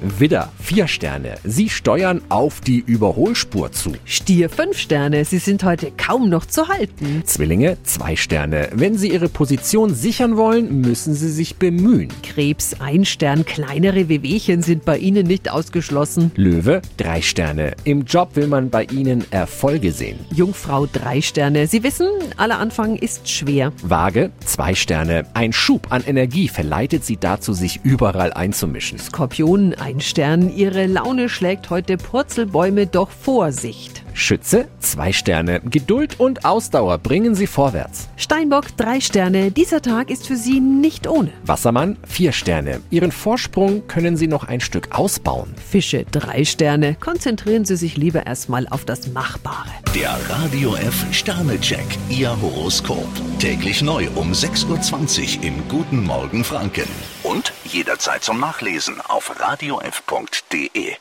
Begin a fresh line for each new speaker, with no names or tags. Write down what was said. Widder, vier Sterne. Sie steuern auf die Überholspur zu.
Stier 5 Sterne, Sie sind heute kaum noch zu halten.
Zwillinge, zwei Sterne. Wenn Sie Ihre Position sichern wollen, müssen Sie sich bemühen.
Krebs 1 Stern, kleinere Wehwehchen sind bei Ihnen nicht ausgeschlossen.
Löwe, drei Sterne. Im Job will man bei Ihnen Erfolge sehen.
Jungfrau 3 Sterne, Sie wissen, aller Anfang ist schwer.
Waage, zwei Sterne. Ein Schub an Energie verleitet Sie dazu, sich überall einzumischen.
Skorpion 1 Stern, Ihre Laune schlägt heute Purzelbäume, doch Vorsicht.
Schütze, zwei Sterne. Geduld und Ausdauer bringen Sie vorwärts.
Steinbock 3 Sterne, dieser Tag ist für Sie nicht ohne.
Wassermann, vier Sterne. Ihren Vorsprung können Sie noch ein Stück ausbauen.
Fische 3 Sterne, konzentrieren Sie sich lieber erstmal auf das Machbare.
Der Radio F Sternecheck, Ihr Horoskop. Täglich neu um 6.20 Uhr im Guten Morgen Franken. Und jederzeit zum Nachlesen auf radiof.de.